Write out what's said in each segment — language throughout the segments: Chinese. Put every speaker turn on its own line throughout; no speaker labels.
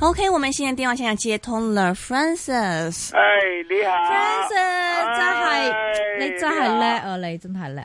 OK，我们现在电话线上接通了 Francis。
唉、哎你好
Francis，真係
唉
你真係叻啊！你真係叻，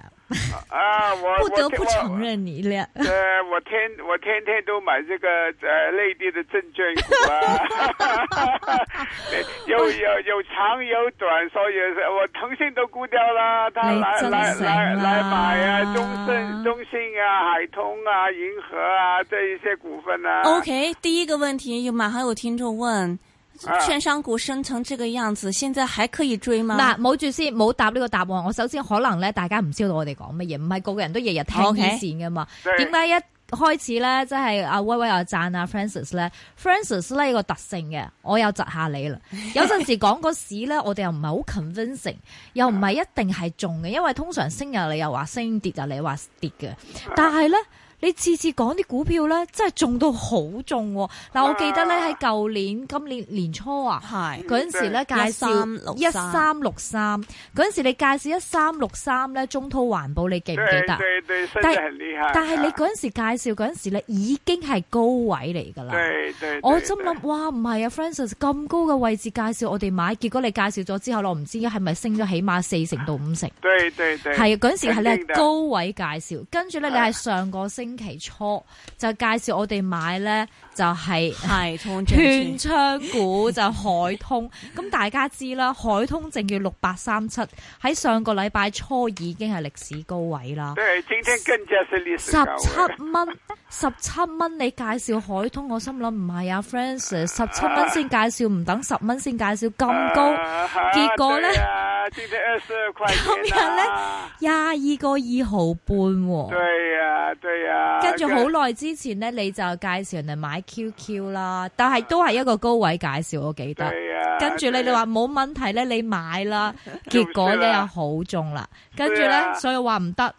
啊！我
不得
我
不承认你叻。
我呃，我天我天天都买这个呃内地的证券股啊， 有有有长有短，所以是我腾讯都沽掉啦，他
你
来
真
来
醒
来来买啊，
啦
中信中信啊，海通啊，银河啊这一些股份啊。
OK，第一个问题有马上有听众问，
啊
券商股升成这个样子，现在还可以追吗？
嗱，冇住先，冇答呢個答案。我首先可能咧，大家唔知道我哋講乜嘢，唔係個個人都日日聽
OK
熱線噶嘛。
對
點解一開始咧，即係阿威威又讚阿 Francis 咧，Francis 咧有個特性嘅，我又窒下你啦。有陣時講個市咧，我哋又唔係好 convincing，又唔係一定係中嘅，因為通常升又你又話升，跌又你話跌嘅。但係咧，你次次講啲股票咧，真係中到好中喎。嗱，我記得咧喺舊年、今年年初啊。
係
嗰陣時咧介紹一
1363
三六三，嗰陣時你介紹一三六三咧中滔環保，你記唔記
对
得？
对对，升
但
得很厉害啊。
但係你嗰陣時介紹嗰陣時咧已經係高位嚟㗎啦。
对对，
我
对
心
对
諗，哇，唔係啊，Francis 咁高嘅位置介紹我哋買，結果你介紹咗之後，我唔知係咪升咗起碼四成到五成。
对对对，
係啊嗰陣時係你
肯定
係
的
高位介紹，跟住咧你
啊
係上個星期初就介紹我哋買咧就係、
海 通证
券
券
商股就海通，咁大家知啦，海通證券六八三七喺上個禮拜初已經係歷史高位啦，
对，今天更加是历史
十
高位。
七蚊，十七蚊你介紹海通，我心諗唔係啊，Francis，十 七蚊先介紹，唔等十蚊先介紹咁 高，
啊
結果呢
对啊今天二十二块钱、啊
今日呢，廿二個二毫半喎。
对呀、对呀、
跟住好耐之前呢，你就介紹人哋買 QQ 啦，但係都係一個高位介紹，我記得。
对呀、
啊跟住你
对
你
呀
話冇問題咧，你買啦，
就
結果
是
咧
啦
又好中啦，跟住
對
咧
啊
所以話唔得。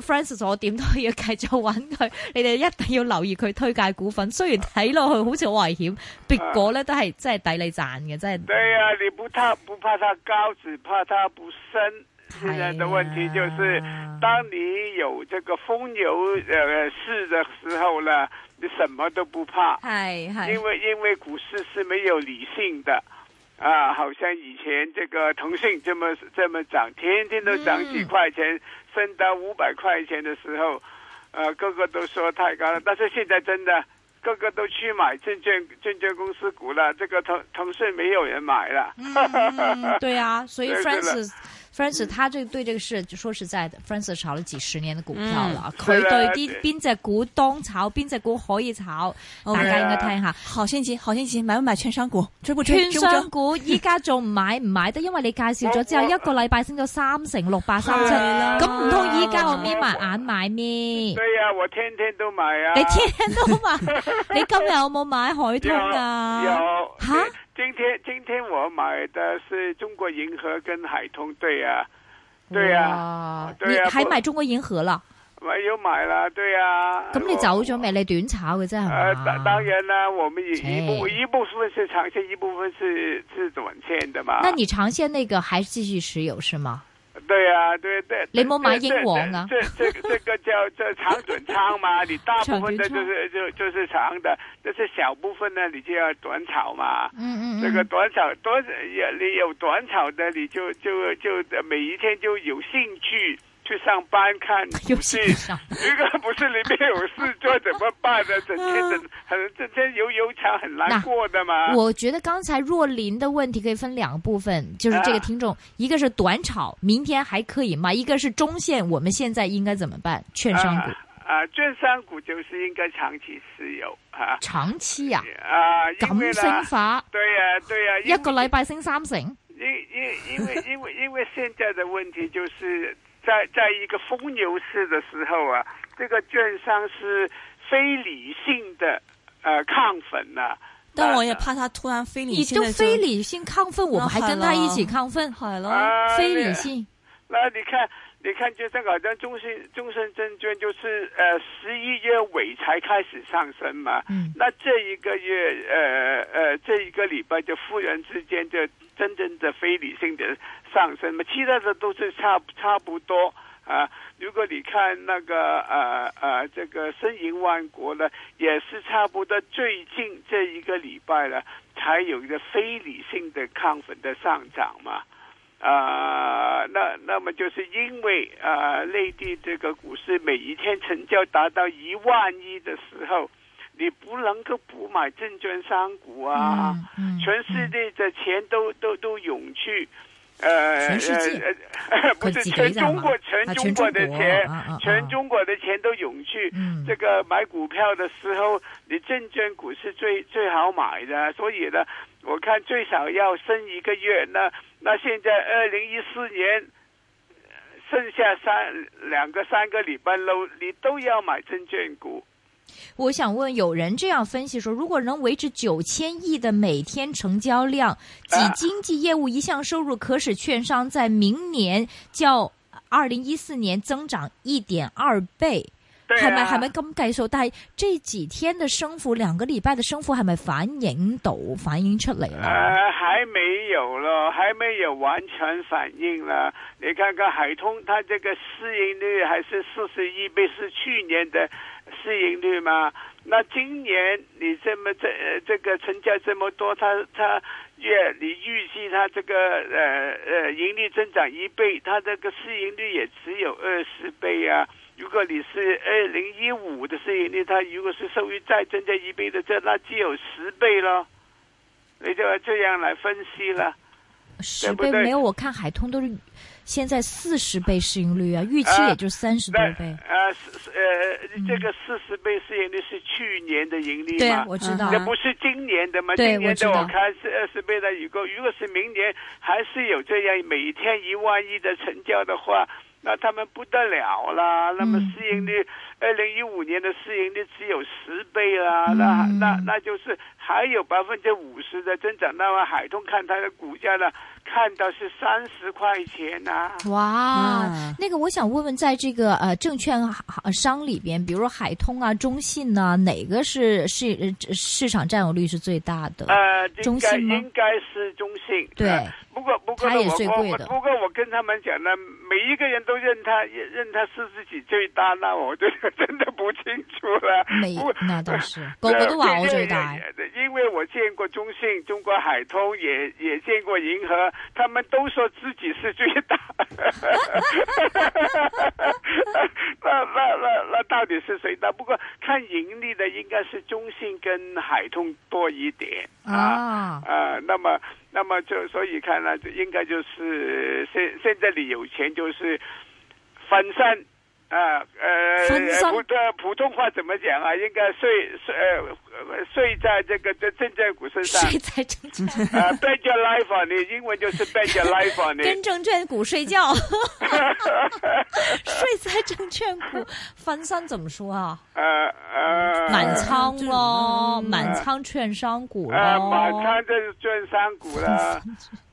Francis，我點都要繼續揾佢，你哋一定要留意佢推介股份。雖然睇落去好似好危險，結果咧都係真係抵你賺嘅，真係。
对呀、你不怕不怕它高，只怕它不升。
係啊
现在的问题就是，当你有这个风牛呃市的时候呢，你什么都不怕。
係
因
係
为因为股市是没有理性的，啊，好像以前这个腾讯这么这么涨，天天都涨
嗯
几块钱，升到五百块钱的时候，呃，个个都说太高了，但是现在真的。个个都去买证券证券公司股了，这个腾腾讯没有人买了。
嗯，对啊，所以
對對對
Francis。Francis 他這對這個事，說實在的，Francis 炒咗幾十年嘅股票啦，佢
對啦
對啲
對
邊隻股當炒，邊隻股可以炒，大
OK
家應該聽下。
好心急，好心急，买不买券商股？追不追？
券
追不追
商？股依家仲買唔買得？因為你介紹咗 之後，
我我
一個禮拜升咗三成六八三七，
係啦
咁唔通依家我眯埋眼買 咩？
对呀、我天天都买啊。
你哎天天都 買，你今日有冇買海通
有
啊？
有
哈
今天今天我买的是中国银河跟海通，对呀、对呀、
哇
對呀
你喺
不
埋中國銀河啦？
我有买啦，对呀、
咁你走咗未？你短炒嘅啫係
呃，
嘛
当当然啦，我们也
切
一部一部分是长线，一部分是是短线的嘛。
那你长线那个还是继续持有是吗？
对呀、对对。
你冇買英皇啊
这这这这个叫叫长短仓 嘛，你大部分的
長短
就
倉
是就就是长的，但是小部分呢，你就要短炒嘛。
嗯
这个短炒短也你有短炒的，你就就就每一天就有兴趣去上班看
有
股市
兴趣上。
如果不是里面有事做怎么办呢？整天 整很整天游游场很难过的嘛。
我觉得刚才若琳的问题可以分两个部分，就是
啊
这个听众，一个是短炒，明天还可以卖；一个是中线，我们现在应该怎么办？券商股
啊啊，券商股就是应该长期持有啊
长期啊，
啊，因为
咁
呢，
升法，
对呀、对呀、因
一个礼拜升三成，
因因因为因为因为现在的问题就是在在一个疯牛市的时候啊，这个券商是非理性的呃亢奋呐、
但我也怕他突然非理
你
性
就
的
非理性亢奋，我们还跟他一起亢奋，
系咯，
啊
非理性。
那你看，你看，就这个好像终身终身证券就是呃十一月尾才开始上升嘛，
嗯
那这一个月呃呃这一个礼拜就夫人之间就真正的非理性的上升嘛，其他的都是差差不多。啊，如果你看那个呃呃，这个申银万国呢，也是差不多最近这一个礼拜了，才有一个非理性的亢奋的上涨嘛。啊、那那么就是因为啊、呃内地这个股市每一天成交达到一万亿的时候，你不能够不买证券商股啊，
嗯嗯
全世界的钱都都都涌去。呃，
全世界
呃呃不是
佢自己
全
咋嘛
中国，全
啊
中
全
国
中
的
国
钱，
啊啊啊
全中国的钱都涌去、
嗯
这个买股票的时候，你证券股是最最好买的，啊所以呢，我看最少要升一个月。那那现在二零一四年呃剩下三两个三个礼拜喽，你都要买证券股。
我想问，有人这样分析说，如果能维持九千亿的每天成交量及
啊
经纪业务一项收入，可使券商在明年较二零一四年增长一点二倍，
对、啊，
係咪係咪咁計數？但係这幾天的升幅，兩個禮拜的升幅係咪反映到反映出嚟啊啦？
呃，还没有了，还没有完全反应了。你看看海通，它这个市盈率还是四十一倍，是去年的市盈率吗？那今年你这么这、呃这个成交这么多，它它越你预计它这个呃呃盈利增长一倍，它这个市盈率也只有二十倍啊。如果你是二零一五的市盈率，它如果是收益再增加一倍的这，那只有十倍咯。你就要这样来分析了。
十
对
倍
不对
没有，我看海通都是现在四十倍市盈率啊，预期
啊
也就三十多
那
倍。
呃是呃，这个四十倍市盈率是去年的盈利
嗯对啊
嘛，？
我知道
这
啊
不是今年的嘛？
对
今年的
我知
我
道
看是二十倍的，如果如果是明年还是有这样每天一万亿的成交的话，那他们不得了啦。那么
嗯
市盈率，二零一五年的市盈率只有十倍啦，
嗯
那那那就是还有百分之五十的增长。那么海通看它的股价呢，看到是三十块钱啊呐、
哇
嗯，
那个我想问问，在这个呃证券行商里边，比如说海通啊、中信呐、哪个是市呃市场占有率是最大的？
呃，应
中
该
信吗
应该是中信。
对
呃不过不过呢
它也
我
最
我
贵
我
的
不过我跟他们讲呢，每一个人都认他认他是自己最大，那我就 真的不清楚了。
每
不
那倒是，
呃
个个都话我最大。
因为我见过中信、中国海通，也也见过银河，他们都说自己是最大。 那那那那到底是谁大？不过看盈利的应该是中信跟海通多一点
啊
啊，那么那么就所以看呢，就应该就是现现在你有钱就是分散。啊，呃，
分散
普呃普通话怎么讲啊？应该睡睡呃呃睡在这个这证券股身上
睡在证券，
啊，bet your life on it，英文就是 bet your life on
跟
it。
证券股睡觉，睡在证券股，翻身怎么说啊？
呃呃，
满仓
就是
咯，
嗯
满仓券商股
呃，
哦
咯，
满仓就是券商股 了，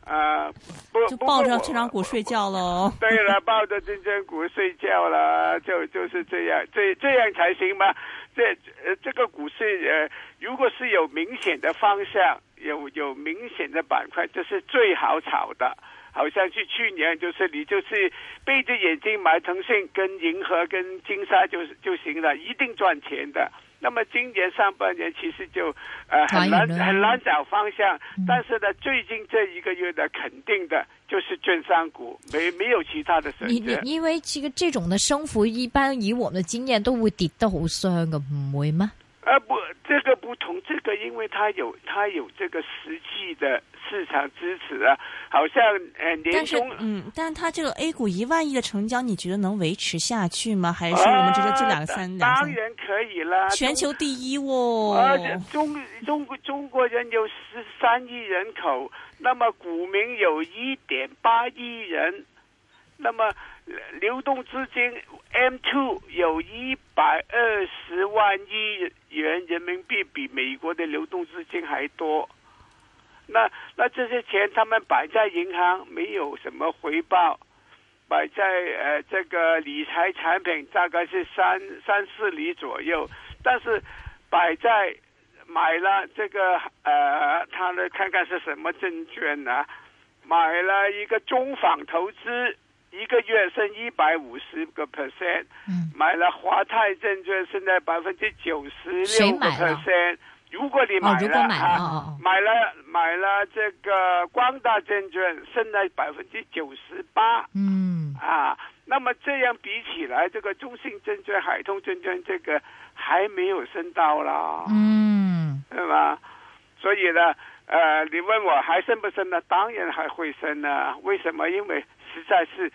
啊，不
就
不
抱
过
着
我
这张股睡觉喽。
对了，抱着证券股睡觉了，就就是这样，这这样才行嘛。这呃，这个股市呃，如果是有明显的方向，有有明显的板块，这是最好炒的。好像去去年就是你就是闭着眼睛买腾讯、跟银河、跟金沙就是就行了，一定赚钱的。那么今年上半年其实就呃很难
还有呢
很难找方向，
嗯
但是呢，最近这一个月呢，肯定的就是券商股，没没有其他的选
你你
择。
因为这个这种的升幅，一般以我们的经验都会跌得好伤嘅，唔会咩？
呃，不，这个不同，这个因为它有它有这个实际的市场支持啊，好像呃年
但是
终，
嗯，但是他这个 A 股一万亿的成交，你觉得能维持下去吗？还是我们觉得这两个
啊
三两
当
三
然啊可以啦，
全球第一
而
哦？
且中中国中国人有十三亿人口，那么股民有一点八亿人，那么流动资金 M two 有一百二十万亿元人民币，比美国的流动资金还多。那那这些钱他们摆在银行没有什么回报，摆在呃这个理财产品大概是三三四厘左右，但是摆在买了这个呃，他呢看看是什么证券啊，买了一个中纺投资，一个月升一百五十个 percent，
嗯
买了华泰证券现在百分之九十
谁
六个
买了
percent。如果你
哦
买，
如
了
果买
啊
了，，哦哦
买了买了这个光大证券，剩了百分之九十八
嗯，
啊。那么这样比起来，这个中信证券、海通证券这个还没有升到啦，
嗯，
对吧？所以呢，呃，你问我还升不升呢？当然还会升呢。为什么？因为实在是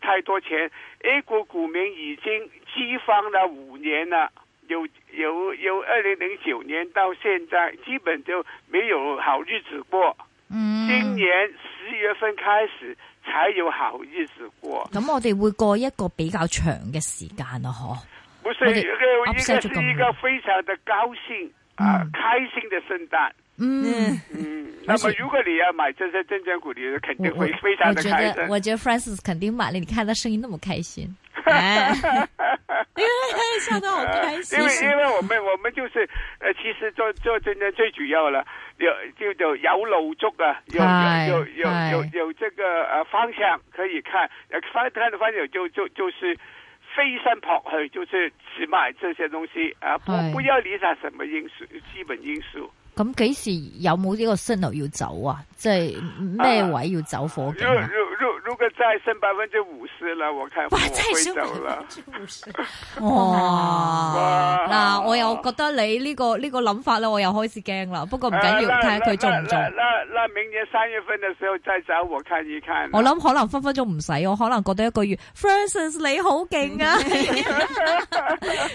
太多钱，A 股股民已经饥荒了五年了。有有有，二零零九年到现在，基本就没有好日子过。
嗯，
今年十月份开始才有好日子过，
咁我哋會過一個比較長嘅時間咯，嗬。
不是
我
一
哋
个应
upset
该
咗
是
咁
一个
耐
非常的高兴啊、
嗯
开心的圣诞。
嗯，
嗯，那
而
么
且
如果你要买这些证券股，你就肯
我
定
我
会非常
我
的
觉
开
得
心。
我觉得 Francis 肯定买了，你看他声音那么开 心，
哎，笑得好开心
啊因。为因为我们我们就是呃，其实做做真的最主要了，有就就有路足啊，有
哎
有有
哎
有有有这个呃方向可以看，呃方看的方向就就就是飞身扑去，就是只买这些东西啊，不
哎
不要理睬什么因素，基本因素。
咁幾時有冇呢個 signal 要走啊？即係咩位要走火警
如
啊？
如如如果再升百分之五十了，我看我
哇，再
会
升百
走了啊
分。之五十，
哦哇！
哇
嗱，我又覺得你呢、個呢、個諗法咧，我又開始驚啦。不過唔緊要，
呃
睇下佢中唔中。
那那那那那明年三月份的时候再找我看一看啊。
我諗可能分分鐘唔使，我可能過多一個月。Francis 你好 勁啊！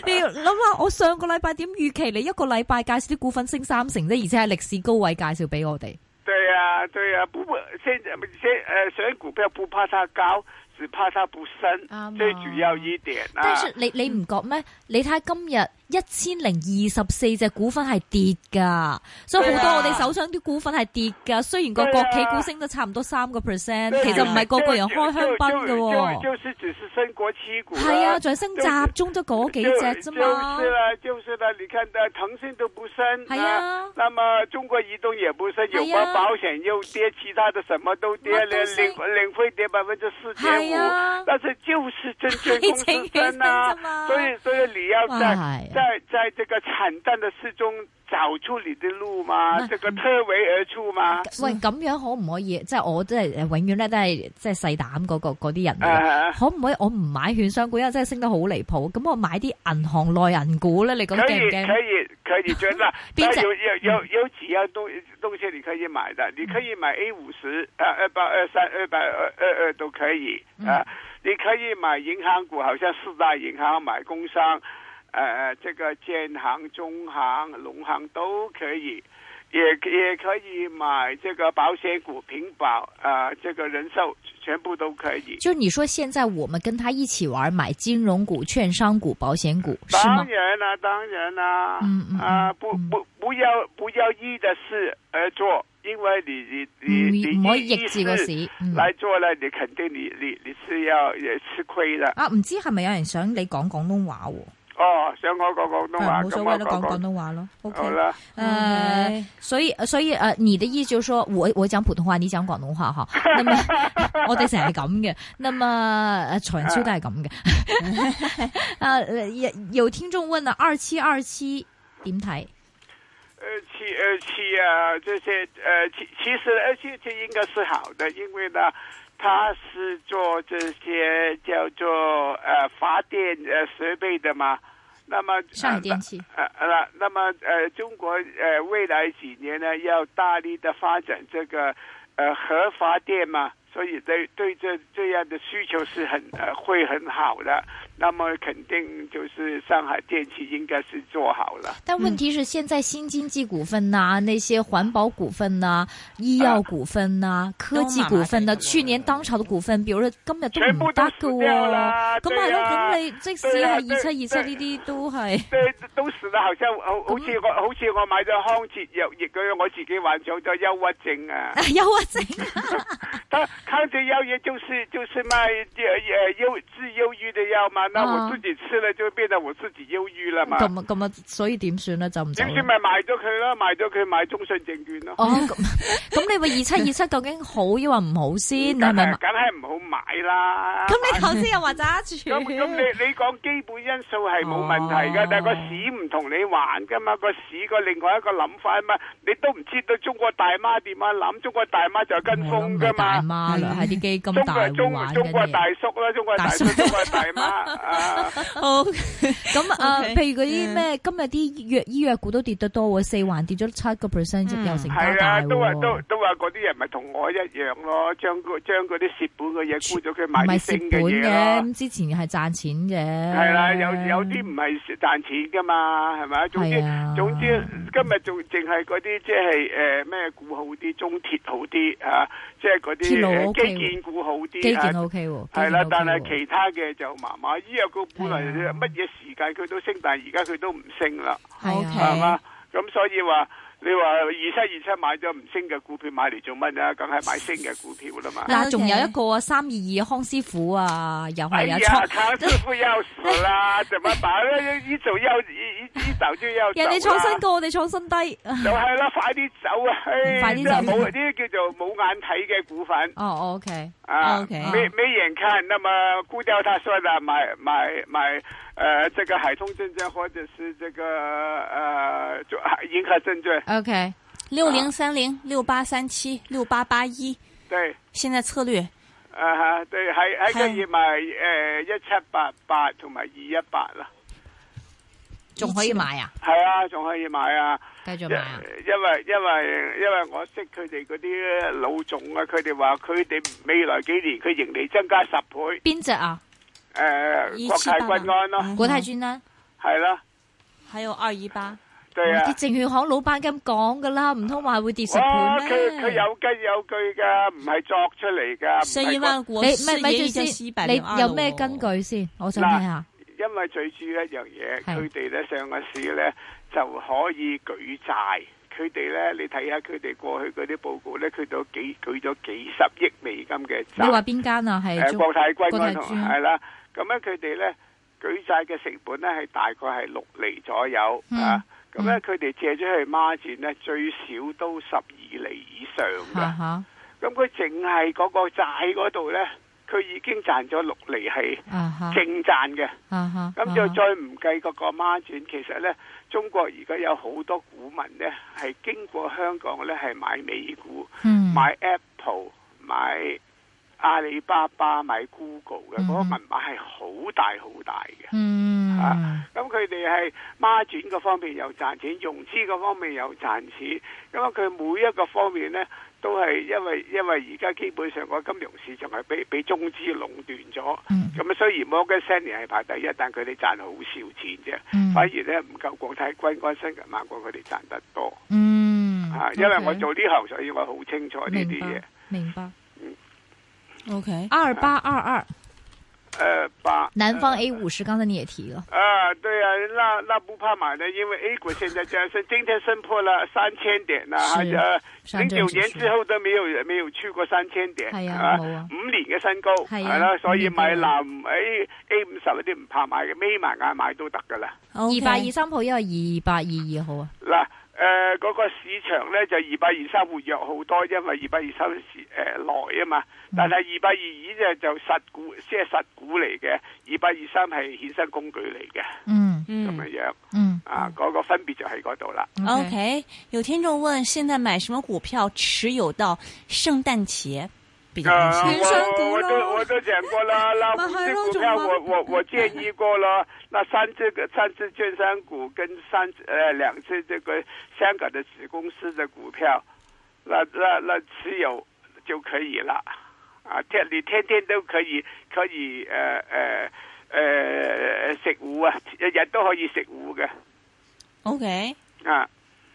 你要諗下，我上個禮拜點預期你一個禮拜介紹啲股份升三成啫，而且係歷史高位介紹俾我哋。
对呀、对呀、不不，现在现呃，选股票不怕它高，只怕它不升，
啊
最主要一点啊。
但是你你唔覺咩？你睇下今日一千零二十四隻股份係跌噶，所以好多我哋手上啲股份係跌噶。雖然個國企股升得差唔多三個 percent，
对
其實唔係個個人開香
就
檳
就
噶。
就就是只是升国企股、啊。
係啊，仲係升集中咗嗰幾隻啫嘛
就就。是啦，就是啦，你看的腾讯都不升，
系啊
那么中国移动也不升，有
系啊
关保险又跌，其他的什么都跌，
乜都
连
升
领领汇跌百分之四点
系
五，
啊，
但是就是证券公司升
哎 已经起身啫
啊
嘛，
所以所以你要在
哇
在在这个惨淡的市中找出你的路
那嗯
嘛，这个突围而出嘛，
喂，咁樣可唔可以？即係我即係永遠咧都係即係細膽嗰個嗰啲人嚟嘅。
啊。
可唔可以我唔買券商股，因為真係升得好離譜。咁我買啲銀行內銀股咧，你
可
覺得驚唔
以
驚
可？以可以，觉得
边
但
只嗯
有有有有几样东东西你可以买的，你可以买 A 五十
嗯
啊，二八二三二八二二二都可以啊。你可以买银行股，好像四大银行买工商，呃，这个建行、中行、农行都可以，也也可以买这个保险股、平保啊、这个人寿全部都可以。
就你说现在我们跟他一起玩，买金融股、券商股、保险股，是吗
当？然啦、当然啦、
嗯嗯
啊，
嗯
不
嗯
不不要不要依的事而做，因为你
嗯
你
唔
你
唔可
你
以逆住
依
個
事
市。嗯
来做了，你肯定你你你是要也吃亏的。
啊，唔知係咪有人想你講廣東話喎？
哦，想我讲广东话，
冇所
咁
謂
我
啦，
讲
講廣東話咯。O
好
K，
了，
呃
OK，
所以所以呃，你的意思就是说我我講普通話，你講廣 東話哈。那么 我哋成日係咁嘅，那么呃財人超都係咁嘅。 啊，有有聽眾問啊，二七二七點睇？
二七二七啊，这些呃，其其实二七二七应该是好的，因为呢，它是做这些叫做呃发电呃设备的嘛。那么
上海
呃
電器。
呃，那那么呃，中国呃未来几年呢，要大力的发展这个呃核发电嘛，所以对对这这样的需求是很呃会很好的。那么肯定就是上海电器应该是做好了。
但问题是，现在新经济股份呐、那些环保股份呐、医
呃
药股份呐、科技股份
都麻麻
呐，
地
去年當炒嘅股份，譬如你今日都
全
唔
部
得
都
嘅
死掉啦
喎。啊咁係
對
咯，
啊
咁你即使係
對啊
二
對
七二七呢啲都 係
對，都是啦，好像好好似我好似我買咗康哲藥液咁樣，我自己患上咗憂鬱症啊。
憂鬱症。
他康哲藥液就是就是賣呃憂治憂鬱的藥嘛，那
啊
我自己吃了就變得我自己憂鬱 啦嘛。
咁啊咁啊，所以點算咧？就唔走
點
啦
算咪賣咗佢咯？賣咗佢買中信證券咯。
哦，咁咁你話二七二七究竟好抑或唔好先？你係
梗
咪
係梗係唔好買啦。
咁你頭先又話揸住，
咁咁你你講基本因素係冇問題
哦
嘅，但係個市唔同你玩噶嘛，個市個另外一個諗法啊嘛，你都唔知道中國大媽點樣諗，中國大媽就係跟
我諗
風
唔
噶
係大
嘛。嗯
媽啦，係啲基金
中
大
國
戶
中
玩
中
緊
國
嘢
大。叔啦，中國大叔，
大叔
中國大媽啊，
好
咁啊，
OK
譬如嗰啲咩，今日啲藥醫藥股都跌得多喎，四環跌咗七個 percent，
嗯
又成交
係
大
啊，都話
喎。
都都話嗰啲人咪同我一樣咯，將嗰將嗰啲蝕本嘅嘢沽咗佢買
唔係
啲升
蝕
嘅
本
嘢
嘅，
咯。
咁之前係賺錢嘅。
係啦，有有啲唔係賺錢噶嘛，係咪？總之
係啊
總之，今日仲淨係嗰啲即係誒呃咩股好啲，中鐵好啲啊，即係嗰
鐵路
啲
OK
誒基建股好
基建
啲啊。
OK 喎，
係啦
基建 OK，喎
但係其他嘅就麻麻。醫藥股本來
係啊
乜嘢時間佢都升，但係而家佢都唔升啦，
係啊
OK
係嘛？咁所以話你話二七二七買咗唔升嘅股票買嚟做乜啊？梗係買升嘅股票啦嘛。
嗱，
OK
仲有一個啊，三二二康師傅啊，又
哎
係有
呀，
創，
康師傅要死 啦，怎麼辦？一早要一一一早就要走
人
啦
哋創新高，我哋創新低。
就係啦，快啲走啊！唉
快啲走
真係冇呢啲叫做冇眼睇嘅股份
哦，OK，
啊
OK
没没眼看。那么估掉他说的买买买，呃，这个海通证券或者是这个呃，就啊银河证券，
OK，
六零三零、六八三七、六八八一，
对，
现在策略
啊哈，对，还还可以买呃诶一七八八同埋二一八啦，
仲可以買啊，
係啊，仲可以買啊。
繼續
因
買啊。
因為因為因為我識佢哋嗰啲老總啊，佢哋話佢哋未來幾年佢盈利增加十倍，
邊只啊？
誒、
一
國
七
泰
八
君安咯，
國泰君安。
係啦，
还有二一八，
對
哇
啊
哦啲。證券行老闆咁講噶啦，唔通話會跌十倍
哇！哦佢
咩？
佢有根有據噶，唔係作出嚟噶。唔
是
係
一万
你
国
哎咪
四
咪
爷一
住
千七百
先，
零二
你有咩根？據先？我想
嗱
睇下。
講因為最主要一樣嘢，
係
佢哋咧上個市咧就可以舉債。佢哋咧，你睇下佢哋過去嗰啲報告咧，佢都幾舉咗幾十億美金嘅
你
債。
話邊間啊？係
誒
中
呃國泰君
國
安
泰
同
君
係啦，咁咧佢哋咧舉債嘅成本咧係大概係六厘左右、
嗯
啊，咁咧
嗯
佢哋借咗去孖展咧最少都十二厘以上
嚇
嘅，
嚇
咁佢淨係嗰個債嗰度咧，佢已經賺咗六厘係
啊嚇
正賺嘅，
啊嚇。
咁就再唔計嗰個孖展，其實咧中國而家有好多股民咧係經過香港咧係買美股。
嗯
買 Apple、買阿里巴巴、買 Google 嘅
嗯
嗰、個文碼係好大好大嘅。
嗯
咁佢哋係孖展嗰方面又賺錢，融資嗰方面又賺錢。咁啊，佢每一個方面呢，都係因為因為而家基本上個金融市場係俾俾中資壟斷咗。
嗯
咁啊，雖然 Morgan Stanley 係排第一，但佢哋賺好少錢啫，
嗯
反而呢，唔夠國泰君安、新銀萬國佢哋賺得多。
嗯
啊，因為我
OK，
做呢行，所以我好清楚呢啲
明
嘢
白。明白。啊
OK，
二八二二，
呃，把
南方 A 五十，刚才你也提了。
啊，对啊，那那不怕买的，因为 A 股现在加是今天升破了三千点了，
是
啊，
上
零
证
九
指
年
數
之後都沒有沒有去過三千點，
係啊
係嘛
冇啊
五年嘅新高，
係啊
係啦，所以買
五年啊
南 A A 五十嗰啲唔怕買嘅，眯埋眼買都得噶啦。
二
二
八二三號，因為二八二二號啊。
嗱，誒、呃嗰、個市場咧就二百二三活躍好多，因為二百二三時誒耐啊嘛。
嗯
但係二百二二就就實股，即係實股嚟嘅，二百二三係衍生工具嚟嘅，咁
嗯
嗯
樣樣
嗯
啊，嗰、個分別就喺嗰度啦。
，OK，有听众问现在买什么股票持有到圣诞节比较安
啊，
全？
人生
我
股
我
咯
都我都讲过 啦，
那
那五
还
只
有
股
种
票
吗
我我我建议过了，那三只个三只券商股跟三只呃两只这个香港的子公司的股票，那那那持有就可以了啊，天你天天都可以可以诶诶诶食糊啊，日日都可以食糊嘅
OK
啊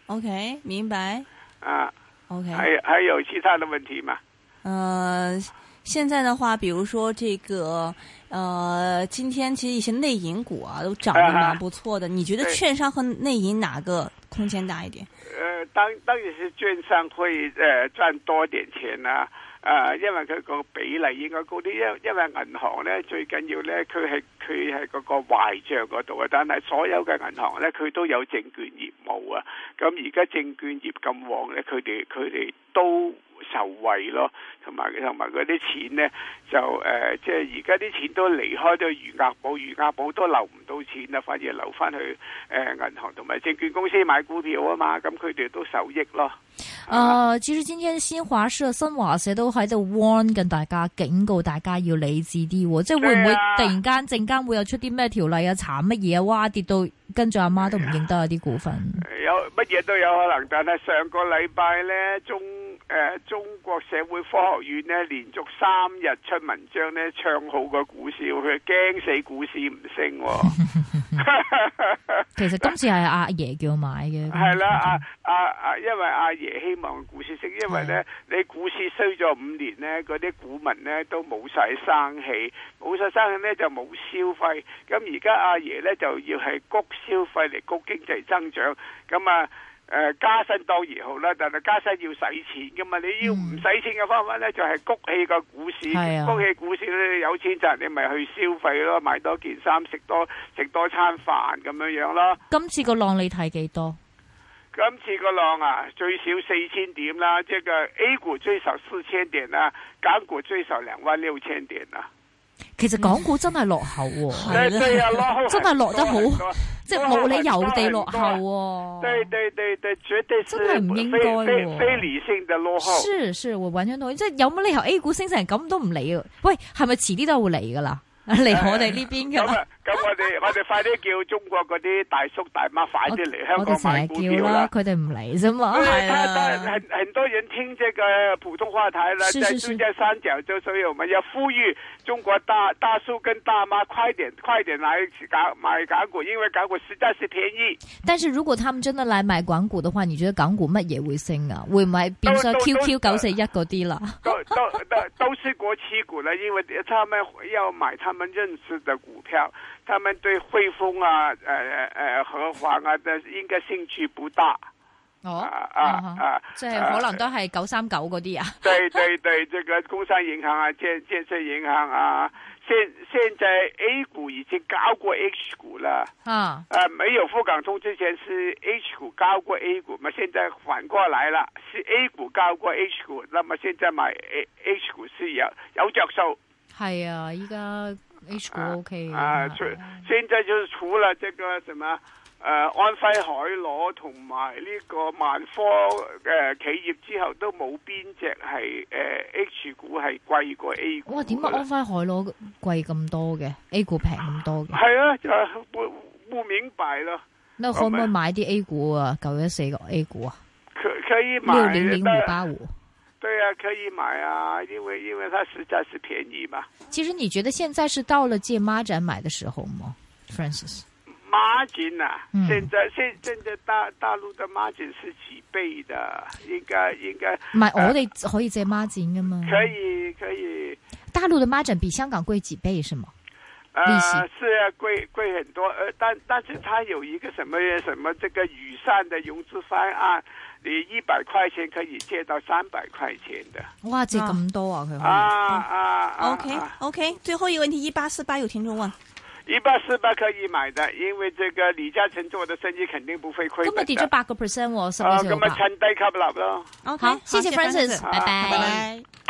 OK，明白。
啊，
OK，
还有还有其他的问题吗？
呃，现在的话，比如说这个，呃，今天其实一些内银股啊都涨得蛮不错的。你觉得
哎对
券商和内银哪个空间大一点？
呃，当當然是券商會誒、呃、賺多啲錢啦、啊。因為佢個比例應該高啲，因因為銀行咧最緊要咧，佢係佢係嗰個壞帳嗰度啊。但係所有嘅銀行咧，佢都有證券業務啊。咁而家證券業咁旺咧，佢哋佢哋都受惠咯，同埋同埋嗰啲錢咧就誒、呃即係而家啲錢都離開咗餘額寶，餘額寶都留唔到錢啦，反而留翻去誒、呃、銀行同埋證券公司買股票啊嘛，咁佢哋都受益咯。
诶、呃其實今天新華社、新華社都喺度 warn 緊大家，警告大家要理智啲喎，即係會唔會
係啊
突然間證監會又出啲咩條例啊、查乜嘢啊，哇跌到跟住阿媽都唔認得啊啲股份。
有乜嘢都有可能，但係上個禮拜呢，中誒、呃中國社會科學院呢，連續三日出文章呢，唱好個股市，佢驚死股市唔升、喎。
其實今次係阿爺叫買嘅，
係啦，阿阿阿，因為阿爺希望股市升，因為咧你股市衰咗五年咧，嗰啲股民咧都冇晒生氣，冇晒生氣咧就冇消費。咁而家阿爺咧就要係谷消費嚟谷經濟增長。咁啊誒、呃加薪當然好啦，但係加薪要使錢噶嘛，你要唔使錢嘅方法咧就係、谷起個股市，
係啊
谷起股市咧有錢賺你咪去消費咯，買多件衫，食多食多餐飯咁樣樣咯。
今次個浪你睇幾多？
今次個浪啊，最少四千點啦，即係 A 股最少四千點啦，港股最少兩萬六千點啦，
其實港股真係落後 喎，
係啦
對對啊，落後
真係落得好
很多，
即係冇理由地落
多很多
後
對
喎。
對對對，絕對是
真係唔應該喎
非非非理性的落後。
是啊是，我完全同意，即係有乜理由 A 股升成咁都唔理啊？喂，係咪遲啲都會嚟噶啦？ 嚟我哋呢邊噶
咁啊，
啦。
咁我哋我哋快啲叫中國嗰啲大叔大媽快啲嚟香
我哋
港
成
買
日
股
叫
票
啦
啦，。嗯
佢哋唔嚟啫嘛
因。为
係
他
啊
他很很多人听这个普通话台呢，
是
在
是是
珠江三角洲，所以我们要呼吁中国大大叔跟大妈快点快点来港买港股，因为港股实在是便宜。
但是如果他們真係嚟買港股嘅話，你覺得港股乜嘢會升啊？會唔會係變咗
都都
QQ
都
九四一嗰啲啦？
都都 都都是国企股了，因为他们要买他们认识的股票，他们对汇丰啊、呃呃和黄啊的应该兴趣不大。
哦
啊啊啊
即係可能都係九三九嗰啲 啊。
对对对，这个工商银行啊、建建设银行啊，现现在 A 股已经高过 H 股了。
啊，
呃，没有沪港通之前是 H 股高过 A 股嘛，现在反过来了，是 A 股高过 H 股，那么现在买 A H 股是有有着数
係啊，依家 H 股 OK 嗯嘅
啊。除现在就是除了这个什么。誒、呃、安徽海螺同埋呢個萬科誒、呃企業之後都冇邊只係誒 H 股係貴過 A 股㗎啦。
哇，點解安徽海螺貴咁多嘅？A 股平咁多嘅？
系啊，就係不不明白了，
那可唔可以買啲 A 股啊？九一四個 A 股啊？
可可以买
六零零五
的，
八五。
对啊，可以买啊，因为因为它实在是便宜嘛。
其实你觉得现在是到了借孖展买的时候吗，Francis？
margin 啊，
嗯
现在现现在大大陆的 margin 是几倍的，应该应该
唔系，我哋可以借孖展噶嘛？
可以可以，
大陆的孖展比香港贵几倍是吗？利
呃
息，
是啊，贵贵很多，呃，但但是它有一个什么呃什么这个雨伞的融资方案，你一百块钱可以借到三百块钱的
哇，借咁多啊！佢可以
啊啊啊
OK
啊
OK，最后一个问题，一八四八有听众问，
一八四八可以买的，因为这个李嘉诚做的生意肯定不会亏
今日
本
跌咗
的。
八个 percent，十
啊，
個四
咁
毫
咪
八。
趁低吸納咯。
OK，
好，谢
谢
谢啊 Francis，
好
拜
拜
拜拜。